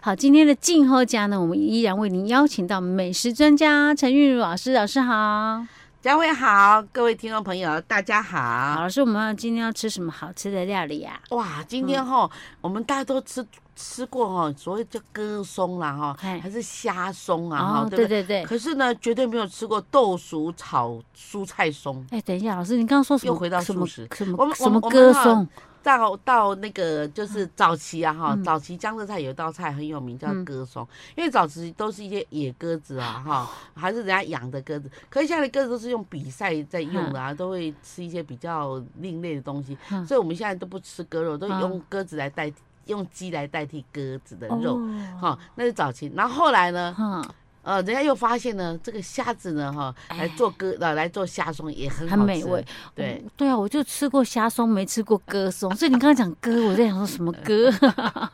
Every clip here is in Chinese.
好，今天的静候家呢，我们依然为您邀请到美食专家陈韵如老师，老师好。嘉惠好，各位听众朋友，大家好。好，老师，我们要今天要吃什么好吃的料理啊呀、哇，今天哈、我们大家都吃吃过哈，所谓叫鸽松啦哈，哎还是虾松啊哈，哦，对对不对？对对，可是呢，绝对没有吃过豆薯炒蔬菜松。哎，等一下，老师，你刚刚说什么？又回到什么素食什我们么什我么们歌颂？到到那个就是早期啊哈，嗯早期江浙菜有一道菜很有名叫嗯鸽松，因为早期都是一些野鸽子啊哈，还是人家养的鸽子，可是现在的鸽子都是用比赛在用的啊，都会吃一些比较另类的东西，嗯所以我们现在都不吃鸽肉，都嗯用鸽子来代替，用鸡来代替鸽子的肉。哦，哈、那是早期，然后后来呢？哈，呃，人家又发现呢，这个虾子呢，哈，来做鸽，呃，来做虾松也很好哎很吃美味。。对我，对啊，我就吃过虾松，没吃过鸽松，所以你刚刚讲鸽，我在想说什么鸽？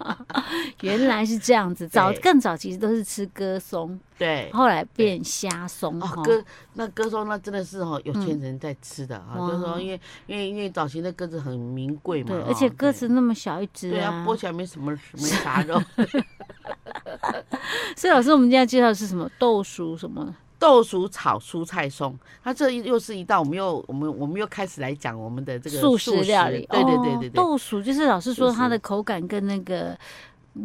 原来是这样子，早对更早其实都是吃鸽松，对。后来变虾松哦，哈。鸽那鸽松那真的是哦，嗯有钱人在吃的啊，哇就是说，因为因为因为早期的鸽子很名贵嘛，哦对，哈而且鸽子哦对那么小一只对啊啊，剥，起来没什 么没啥肉。所以老师，我们今天要介绍的是什么豆薯什么？豆薯炒蔬菜松，它这又是一道，我们又我们我们又开始来讲我们的这个素食料理，对对哦对对对。豆薯就是老师说素食它的口感跟那个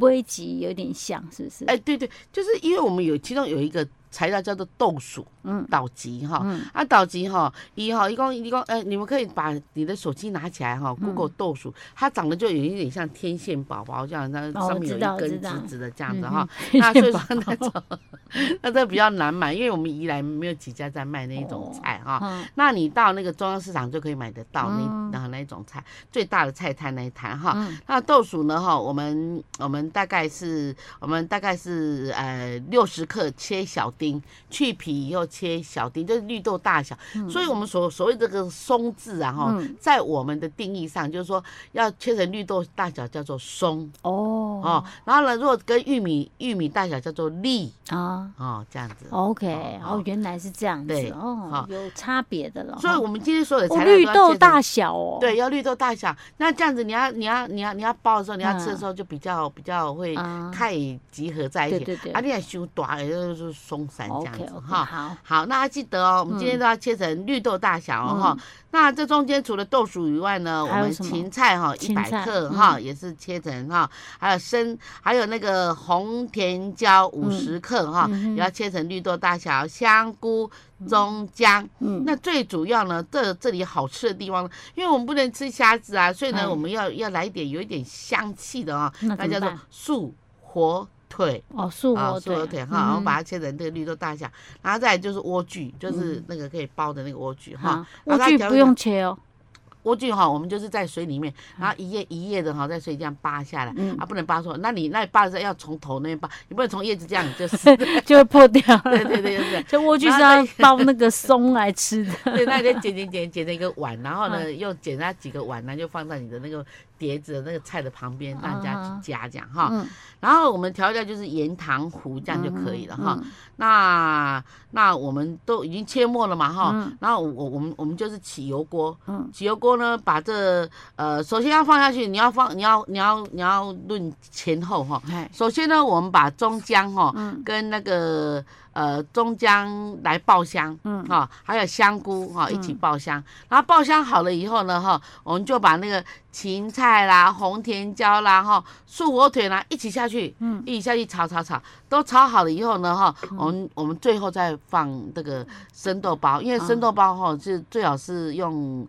威吉有点像，是不是？哎，对对，就是因为我们有其中有一个材料叫做豆薯，嗯岛吉哈，嗯啊岛吉哈，一哈一共一共，呃，你们可以把你的手机拿起来哈，Google 嗯豆薯，它长得就有一点像天线宝宝这样，它我上面有哦知道一我根知直道直的这样嗯子哼哈，天那线 所以说宝那种， 那这比较难买，因为我们宜兰没有几家在卖那一种哦菜哈。嗯那你到那个中央市场就可以买得到嗯那那那一种菜，最大的菜摊那一摊哈。嗯那豆薯呢？哈，我们我们大概是我们大概是呃六十克切小丁，去皮以后切小丁，就是绿豆大小。所以我们所所谓这个松字啊，哈、嗯在我们的定义上，就是说要切成绿豆大小叫做松哦哦。然后呢，如果跟玉米玉米大小叫做粒啊哦，这样子。 ，OK，哦哦，原来是这样子对哦好，有差别的了。所以我们今天所有的哦材料都绿要切豆成大小哦，对，要绿豆大小。那这样子你，要你要你要你要包的时候，你要吃的嗯时候就比较、比较会啊太集合在一起。对对对啊，你也修短，也就是松散这样，OK 子 OK，哈。好，好，那记得哦，我们今天都要切成绿豆大小哦嗯哈、那这中间除了豆薯以外呢，我还有们什么芹菜哈一芹百菜克嗯哈、也是切成哈，还有生还有那个红甜椒五十克哈、嗯哼也要切成绿豆大小，香菇、中姜。嗯，那最主要呢，这这里好吃的地方呢，因为我们不能吃虾子啊，所以哎呢，我们要要来一点有一点香气的啊、那那怎么叫做办？素火腿哦，嗯素啊，火素火腿腿哈，然后把它它切成这个绿豆大小，然后再来就是莴苣，就是那个可以包的那个莴苣哈嗯好，，然莴后它苣调不一下用切哦，莴苣哈，我们就是在水里面，然后一叶一叶的哈，在水这样扒下来。嗯啊，，不能扒错，那你那你扒的时候要从头那边扒，你不能从叶子这样， 就是 就会破掉对了。对对对对， 就莴苣是然要包那个松来吃的， 对，那你就剪剪剪剪成一个碗，然后嗯呢，又剪那几个碗呢，就放在你的那个碟子的那个菜的旁边，让人家啊去夹这样哈。嗯，然后我们调料就是盐、糖、糊，这样就可以了哈。嗯。那那我们都已经切末了嘛哈，嗯然后我我们我们就是起油锅，嗯起油锅呢，把这呃，首先要放下去，你要放，你要你要你要论前后哈。哎，首先呢，我们把中姜哈、嗯跟那个呃中姜来爆香，嗯嗯，哈、还有香菇哈、一起爆香。然后爆香好了以后呢，哈、我们就把那个芹菜啦、红甜椒啦、哈、素火腿啦一起下去，嗯嗯，一起下去炒炒炒，都炒好了以后呢，哈、我们我们最后再放这个生豆包，因为生豆包哈、是最好是用。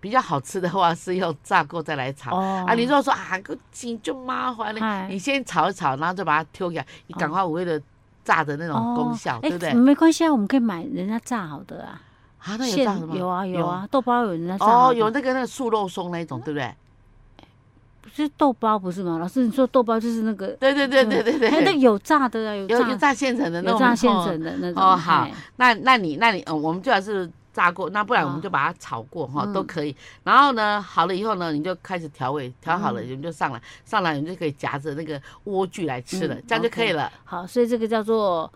比较好吃的话是用炸过再来炒，哦啊，你如果说啊，个钱就麻烦嗨哦了，你先炒一炒，然后再把它挑起来，你赶快有那个炸的那种功效，对不对哎？没关系啊，我们可以买人家炸好的啊，啊，那有炸的吗？有啊有啊，豆包有人家炸好哦，的有那个那个素肉松那一种，对不对？不是豆包不是吗？老师，你说豆包就是那个，对对对对对哎，那对，有炸的啊，有有有炸炸现成的那有种，炸现哦成的那种。哦好哎，那那你那你，嗯，我们最好是炸过，那不然我哦们就把它炒过哈，嗯都可以。然后呢，好了以后呢，你就开始调味，调好了嗯你们就上来，上来你就可以夹着那个莴苣来吃了嗯，这样就可以 OK 了。好，所以这个叫做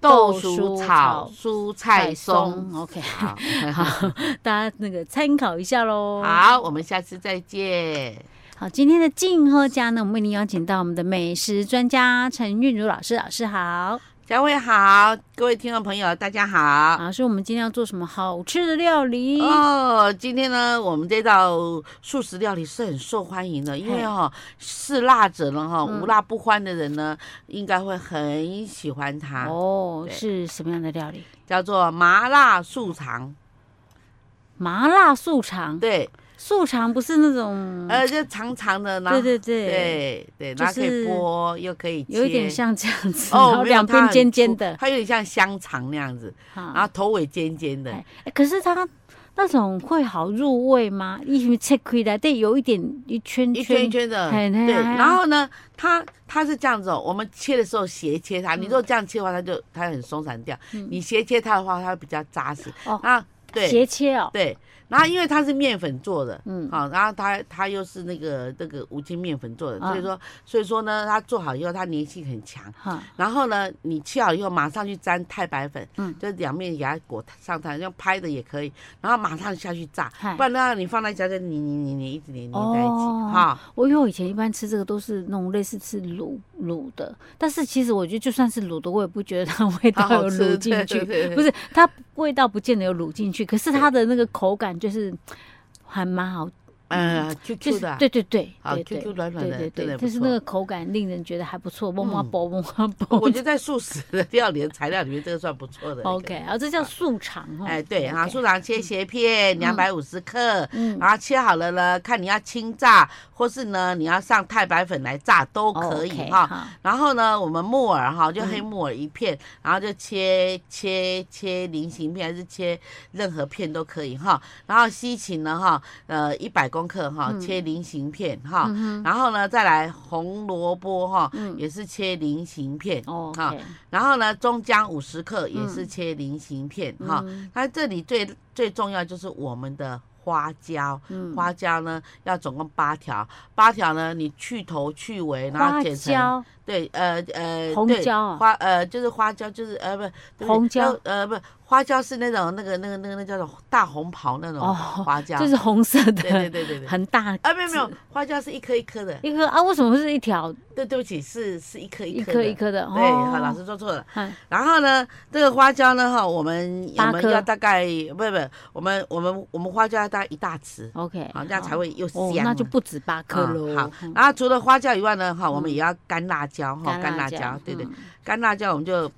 豆豆薯薯炒炒蔬菜松。哦，OK， 好，好，大家那个参考一下喽。好，我们下次再见。好，今天的静候家呢，我们为您邀请到我们的美食专家陈韵如老师，老师好。嘉惠好，各位听众朋友，大家好。老师，我们今天要做什么好吃的料理？哦，今天呢，我们这道素食料理是很受欢迎的，因为哈、哦，嗜辣者呢，哈、嗯无辣不欢的人呢，应该会很喜欢它，哦，啊对是什么样的料理？叫做麻辣素肠。麻辣素肠，对，素肠不是那种，呃，就长长的，然后嗯对对对，对对，就然后可以是剥，又可以切，有一点像这样子，然哦，后没有两它边很尖尖粗的。它有点像香肠那样子，然啊后，头尾尖尖的。哎哎可是它那种会好入味吗？因为切开来，但有一点一圈一圈一圈的，嘿嘿对。嘿然后呢，它它是这样子哦，我们切的时候斜嗯切它，你如果这样切的话，它就它很松散掉。你斜切它的话，它会比较扎实。哦那对斜切哦，对，然后因为它是面粉做的，嗯，好，然后它它又是那个那个无筋面粉做的，啊所以说所以说呢，它做好以后它粘性很强。哈，然后呢，你切好以后马上去沾太白粉，嗯就两面给它裹上炭，用拍的也可以，然后马上下去炸，嗨不然的话你放在家就黏黏黏黏一直黏黏在一起哦哈。我因为我以前一般吃这个都是那种类似吃卤卤的，但是其实我觉得就算是卤的，我也不觉得它 味它道好有吃卤进对去，对对不是它味道不见得有卤进去，可是它的那个口感就是还蛮好，呃就，QQ 是的啊，对对对好对对，QQ 软软对的，对真对，的不就是那错。个口感令人觉得还不错，嗡哇嗯啵嗡哇 我啵。觉得在素食的料理的材料里面，这个算不错的一个。 OK，然后这叫素肠哦。哎，对，啊， OK 素肠切斜片，两百五十克，嗯然后切好了呢，看你要清炸，或是呢你要上太白粉来炸都哦可以 OK，哈。好嗯然后呢，我们木耳哈，就黑木耳一片，然后就切切切菱形片，还是切任何片都可以哈。然后西芹呢哈，呃，一百公克嗯哈，切菱形片哈。然后呢，再来红萝卜哈，也是切菱形片哦哈。嗯，OK，然后呢，中姜五十克也嗯是切菱形片哈。那这里最最重要就是我们的花椒，嗯花椒呢要总共八条，八条呢你去头去尾，然后花剪成椒对，呃呃，红对椒啊花呃就是花椒，就是呃不对不起红椒呃不花椒是那种那个那个那个那叫做大红袍那种哦花椒，就是红色对对的，对对对，很大啊没有没有，花椒是一颗一颗的，一颗啊，为什么是一条对对不起是是一颗一颗颗的一。颗的？对，好，哦老师说错了。哎然后呢，这个花椒呢，哈，我们八我们颗要大概不不，我们我们我们花椒要大概一大匙， ，OK，好，这样才好会又哦香，那了。就不止八颗啊喽。好嗯，然后除了花椒以外呢，哈，我们也要干辣椒哦哈，干辣椒，对对，嗯干辣椒我们就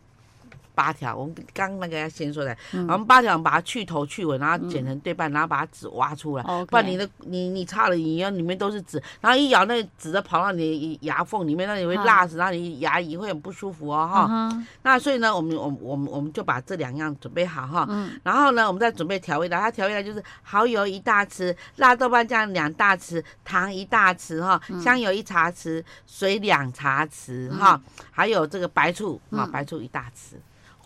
八条，我们刚那个要先说的，嗯我们八条我们把它去头去尾，然后剪成对半，然后把它籽挖出来。 OK，不然你的你你插了，你要里面都是籽，然后一咬那个籽的跑到你的牙缝里面，那你会嗯辣死，然后你牙龈会很不舒服哦哈。啊哈那所以呢，我们我们我们我们就把这两样准备好哈，嗯然后呢，我们再准备调味料。它调味料就是蚝油一大匙，辣豆瓣酱两大匙，糖一大匙哈，嗯香油一茶匙，水两茶匙哈，还有这个白醋啊，嗯白醋一大匙。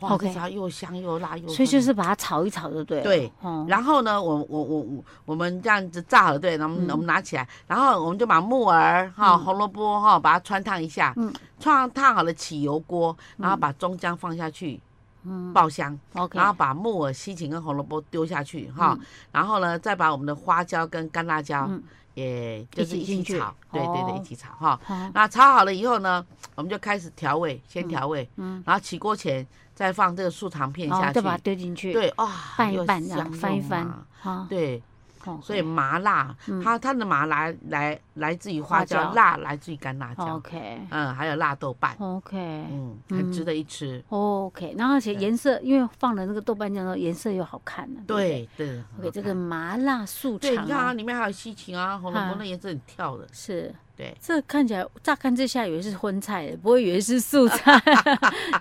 哇， OK 这只要又香又辣又酸。所以就是把它炒一炒就对了。对哦，然后呢，我我我我我们这样子炸好，对，然后我们嗯我们拿起来，然后我们就把木耳哈、嗯红萝卜哈、把它穿烫一下，嗯穿烫好了起油锅，然后把中姜放下去嗯爆香， ，OK，然后把木耳、西芹跟红萝卜丢下去哈、嗯然后呢再把我们的花椒跟干辣椒，嗯也就是一一起进起去炒，对对哦对，一起炒哈。好那炒好了以后呢，我们就开始调味，先调味，嗯然后起锅前再放这个素肠片然下后去，哦再把它丢进去，，对哇，拌一又拌这样香翻一又翻麻啊，对，哦所以麻辣，嗯它它的麻来来来自于花花椒，椒辣来自于干辣椒， OK 嗯，还有辣豆瓣， OK 嗯，嗯很值得一吃。 OK，然后而且对颜色，因为放了那个豆瓣酱之后，颜色又好看了。不对对，OK，这很个好看麻辣素对，肠你看啊，哦里面还有西芹啊，红萝卜嗯那颜色很跳的，是对。这看起来，乍看之下以为是荤菜，不会以为是素 菜。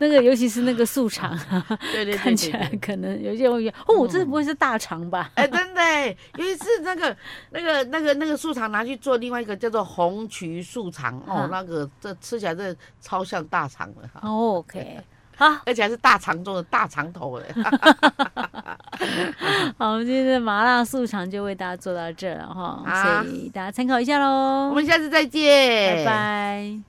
那个，尤其是那个素肠，啊对对对看起来对对。嗯可能有些人会觉得，哦，这不会是大肠吧？哎，真的欸，尤其是那个、那个、那个、那个素肠拿去做另外一个叫做红曲素肠哦嗯，那个这吃起来真的超像大肠的哈，哦 OK，好，而且还是大肠中的大肠头哎。 好，我们今天的麻辣素肠就为大家做到这了哈，好所以大家参考一下我喽，们下次再拜。见，拜。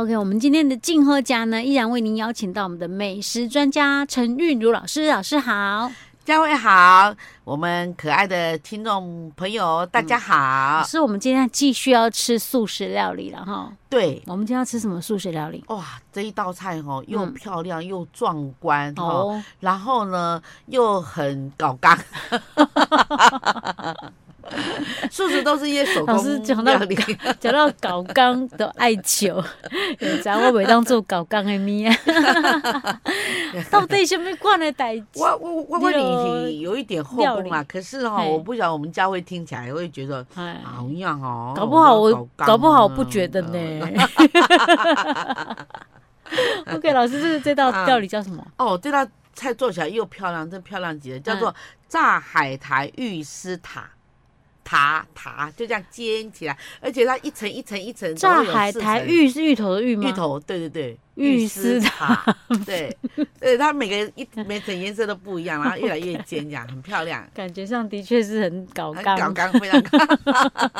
OK，我们今天的静喝家呢，依然为您邀请到我们的美食专家陈韵如老师，老师好。佳慧好，我们可爱的听众朋友大家好。是我们今天继续要吃素食料理了哈。对，我们今天要吃什么素食料理？哇，这一道菜哦，又嗯漂亮又壮观哦，哦，然后呢又很搞刚。 素食都是一些手老师讲工到料理，讲到搞缸的爱 球，你知道我袂当做搞缸的咪啊？ 到底什么款的代志？我我我我你有一点后宫料啊，可是哈、嘿我不晓得我们家会听起来会觉得哎，好像哦，搞不好我刚搞不好我啊不觉得嗯呢。OK，老师，这个这道料理叫什么？哦，这道菜做起来又漂亮，真漂亮极了，叫做嗯炸海苔玉丝塔。塔塔就这样煎起来，而且它一层一层一层都炸会有海四苔层芋是芋头的芋吗？芋头，对对对，玉丝塔，对 对，它每个一每层颜色都不一样，然后越来越尖，这样很漂亮，感觉上的确是很搞很刚。搞刚非常刚。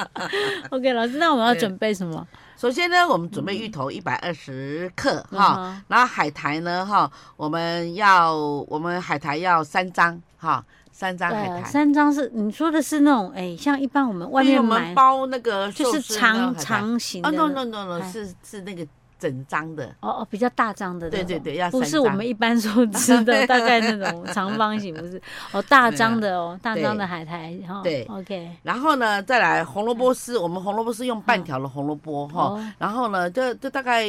OK，老师，那我们要对准备什么？首先呢，我们准备芋头一百二十克嗯哈，哼然后海苔呢哈，我们要我们海苔要三张哈，三张海呃，苔。三张是你说的是那种哎、像一般我们外因为面我买们包那个就寿是司那个长海苔长形的哦那，no 种， no no no，哎是是那个整张的，哦哦，比较大张的那对种，对对要不三是我张们一般所吃 的大概那种长方形，不是哦，大张的哦，大张的海苔哈，对，OK，然后呢再来红萝卜丝，我们红萝卜丝用半条的红萝卜哈，嗯哦，然后呢这这大概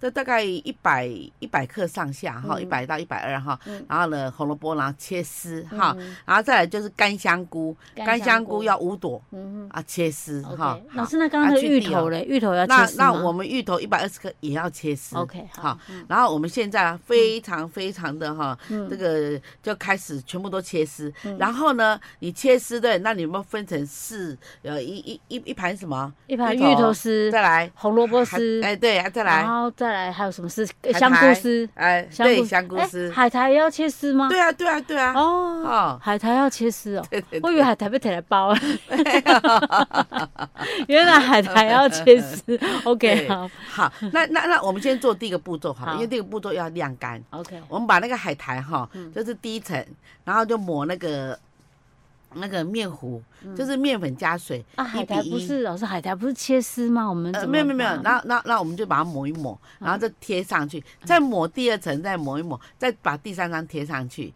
这大概一百一百克上下哈，嗯一百到一百二哈嗯，然后呢红萝卜然后切丝哈，嗯然后再来就是干香菇，干干香香菇菇要五朵嗯啊切丝哼哈，OK，。好老师，那刚刚啊的去芋蒂头哦嘞，芋头要那切丝那吗我们芋头一百二十克也要切丝 OK 好好，然后我们现在啊非常非常的哈，嗯这个就开始全部都切丝，嗯然后呢，你切丝对，那你有没有分成四呃一一一一盘什么？一盘芋头丝，再来红萝卜还丝，哦哎对，再然来，后再来还有什么丝？呃海香菇苔丝，哎对香菇哎丝，海苔也要切丝吗？对啊对啊对啊，哦，哦，海苔要切丝哦。对对我以为海苔被铁来包， 原来海苔要切丝。OK， 对好 好，那那那我们先做第一个步骤好了，好因为第一个步骤要晾干。 ，OK，我们把那个海苔哈嗯，就是第一层，然后就抹那个那个面糊，嗯就是面粉加水啊，海一比苔不一。是老师，海苔不是切丝吗？我们呃，怎么嗯没有没有没有把，那那那我们就把它抹一抹，然后再贴上去，嗯再抹第二层，再抹一抹，再把第三张贴上去。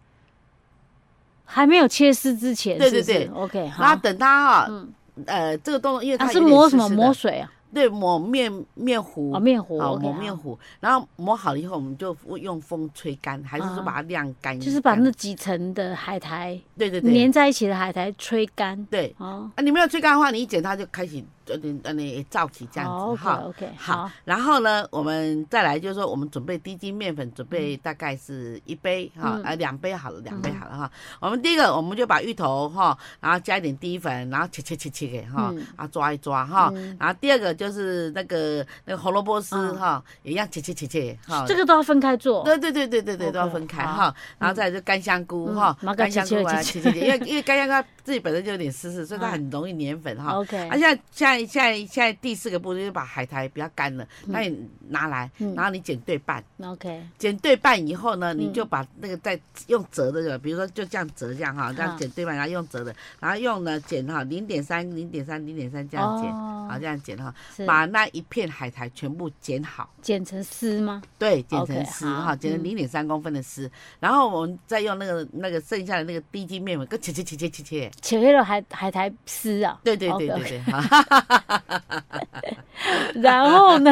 还没有切丝之前，对对是不是对，OK，好然后，等它哈，嗯，呃，这个动作因为啊它是有点抹什湿么湿的抹水啊？对，抹面面糊哦，面糊好，OK，抹好面糊，然后抹好了以后，我们就用风吹干，还是说把它晾干？啊就是把那几层的海苔对对对粘在一起的海苔吹干，对，哦，啊，你没有吹干的话，你一剪它就开始呃呃那造起这样子哦，OK 哈。 OK，好，，然后呢，我们再来就是说，我们准备低筋面粉，准备大概是一杯哈嗯，啊两杯好了，两杯嗯好了哈。我们第一个，我们就把芋头哈，然后加一点低粉，然后切切切切给哈嗯，啊抓一抓哈嗯。然后第二个就是那个那个红萝卜丝嗯哈，也一样切切切切哈这。个都要分开做，对对对对对对，都要 OK，分开好哈，然后再来就干香菇嗯哈马，上干香切菇切啊，切切切 切，因为因为干香菇它自己本身就有点湿湿，所以它嗯很容易粘粉哈。 ，OK，啊，现在现在现在现在第四个步骤就是把海苔比较干了，那你拿来，嗯然后你剪对半， OK，剪对半以后呢，你嗯就把那个再用折的，比如说就这样折这样哈，这样嗯剪对半，然后用折的，然后用呢剪哈零点三零点三零点三这样剪，好哦这样剪哈，是把那一片海苔全部剪好。剪成丝吗？对，剪 OK，成丝好哈，剪成嗯零点三公分的丝，然后我们再用那个那个剩下的那个低筋面粉，跟切切切切切切，切黑了海海苔丝啊，对对对 OK，OK 对对，哈。 然后 呢？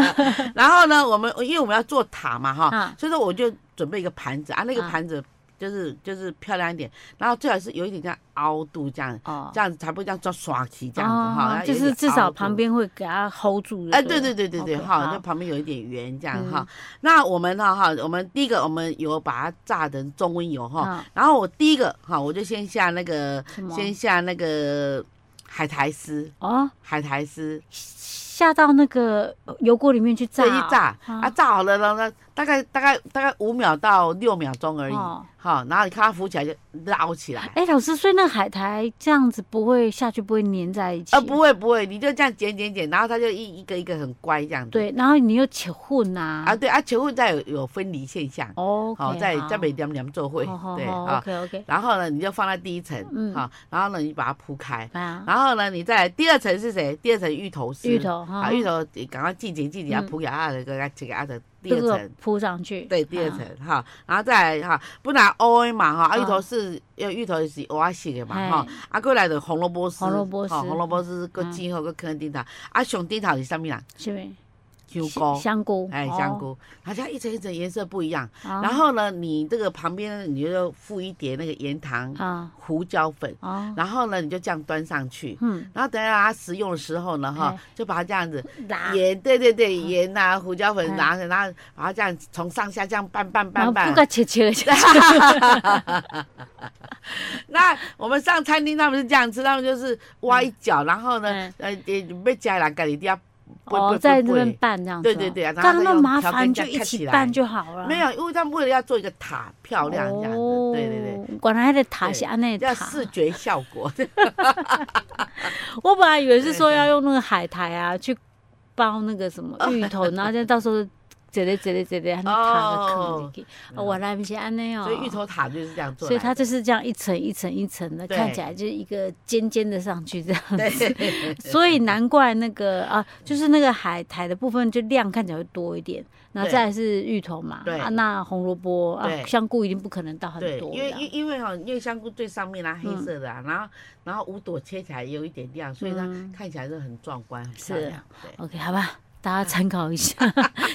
然后呢，我们因为我们要做塔嘛哈啊，所以说我就准备一个盘子啊，那个啊盘子就是就是漂亮一点，然后最好是有一点这样凹度这样，哦这样子才不会这样抓耍起这样子哈，然哦后，有就一是点至少凹度旁。边会给它 hold 住。哎，对对对对对， OK，哈，好嗯那旁边有一点圆这样哈。那我们呢哈，我们第一个我们有把它炸成中温油哈，啊，然后我第一个哈，我就先下那个什么先下那个海苔丝，哦，海苔丝，下到那个油锅里面去炸这哦，一炸啊，炸好了，然后呢，大概大概大概五秒到六秒钟而已，哦好，然后你看它浮起来就捞起来，哎、老师，所以那海苔这样子不会下去，不会粘在一起。啊，不会不会，你就这样剪剪剪，然后它就一一个一个很乖这样子，对，然后你又切混呐、啊对啊，球会再有有分离现象， o k 好，在在美点点做会，对啊，哦，OK OK，然后呢，你就放在第一层，嗯好，然后呢，你把它铺开，啊，然后呢，你再来第二层是谁？第二层芋头丝，芋头啊，哈，芋头你赶快进前进前，要嗯铺给它的个这个它的第这二个层。铺上去，对，第啊二层，哈，然后再来哈，不然 O A 嘛哈，啊芋头嗯是要芋头是蚵仔式的嘛哈嘿，啊过来的红萝卜丝，红萝卜丝哈红萝卜丝个嗯煎好个坑顶头，啊上顶头是啥物啦？是呗，香菇，香菇，哎哦香，菇，好像一层一层颜色不一样。啊然后呢，你这个旁边你就附一碟那个盐糖、啊胡椒粉，哦，然后呢你就这样端上去。嗯，然后等下它食用的时候呢，哈哎，就把它这样子拉，盐，对对对，嗯盐呐、胡椒粉哎拿着，然后把它这样从上下这样拌拌然后拌不拌。该切切切， 那我们上餐厅，他们是这样吃，他们就是挖一角，然后呢嗯，呃，也被加两个，你定要哦，在那边拌这样子哦，对对对啊然后刚刚再那用麻调羹烦这就样一看起起来拌就好了，没有，因为他们为了要做一个塔漂亮这样子，对对对。对，管它的塔对是安内要哦塔，哦视觉效 果，我本来以为是说对哦要用那个海苔啊去包那个什么芋 头，然后再到时候这类这类这类，它塔的坑进去。哦，原来不是安内哦。所以芋，头塔就是这样做来的。所以它就是这样一层一层一层的，对看起来就是一个尖尖的上去这样。对， 所以难怪那个啊，就是那个海苔的部分就量看起来会多一点，然后对再来是芋头嘛，对啊，那红萝卜啊对，香菇一定不可能到很对，多因为的啊。因因为哈，因为香菇最上面啦，黑色的啊，然后然后五朵切起来也有一点亮，所以它嗯看起来就很壮观，很漂是亮。对， OK，好吧，大家参考一 下。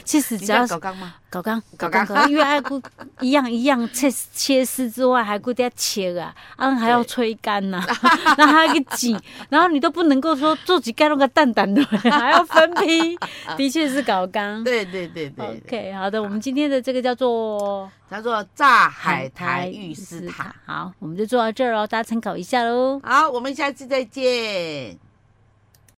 其实你只要在搞缸吗？搞刚搞搞刚刚搞刚，因为爱菇一样一样切切丝之外，还顾得切啊，啊还要吹干呐、 然后还要去挤，然后你都不能够说做几盖弄个蛋蛋的，还要分 批，的确是搞刚。对对对对。对嗯 OK，好的，我们今天的这个叫做他说炸海苔玉丝塔。，好，我们就做到这儿哦，大家参考一下喽。好，我们下次再见。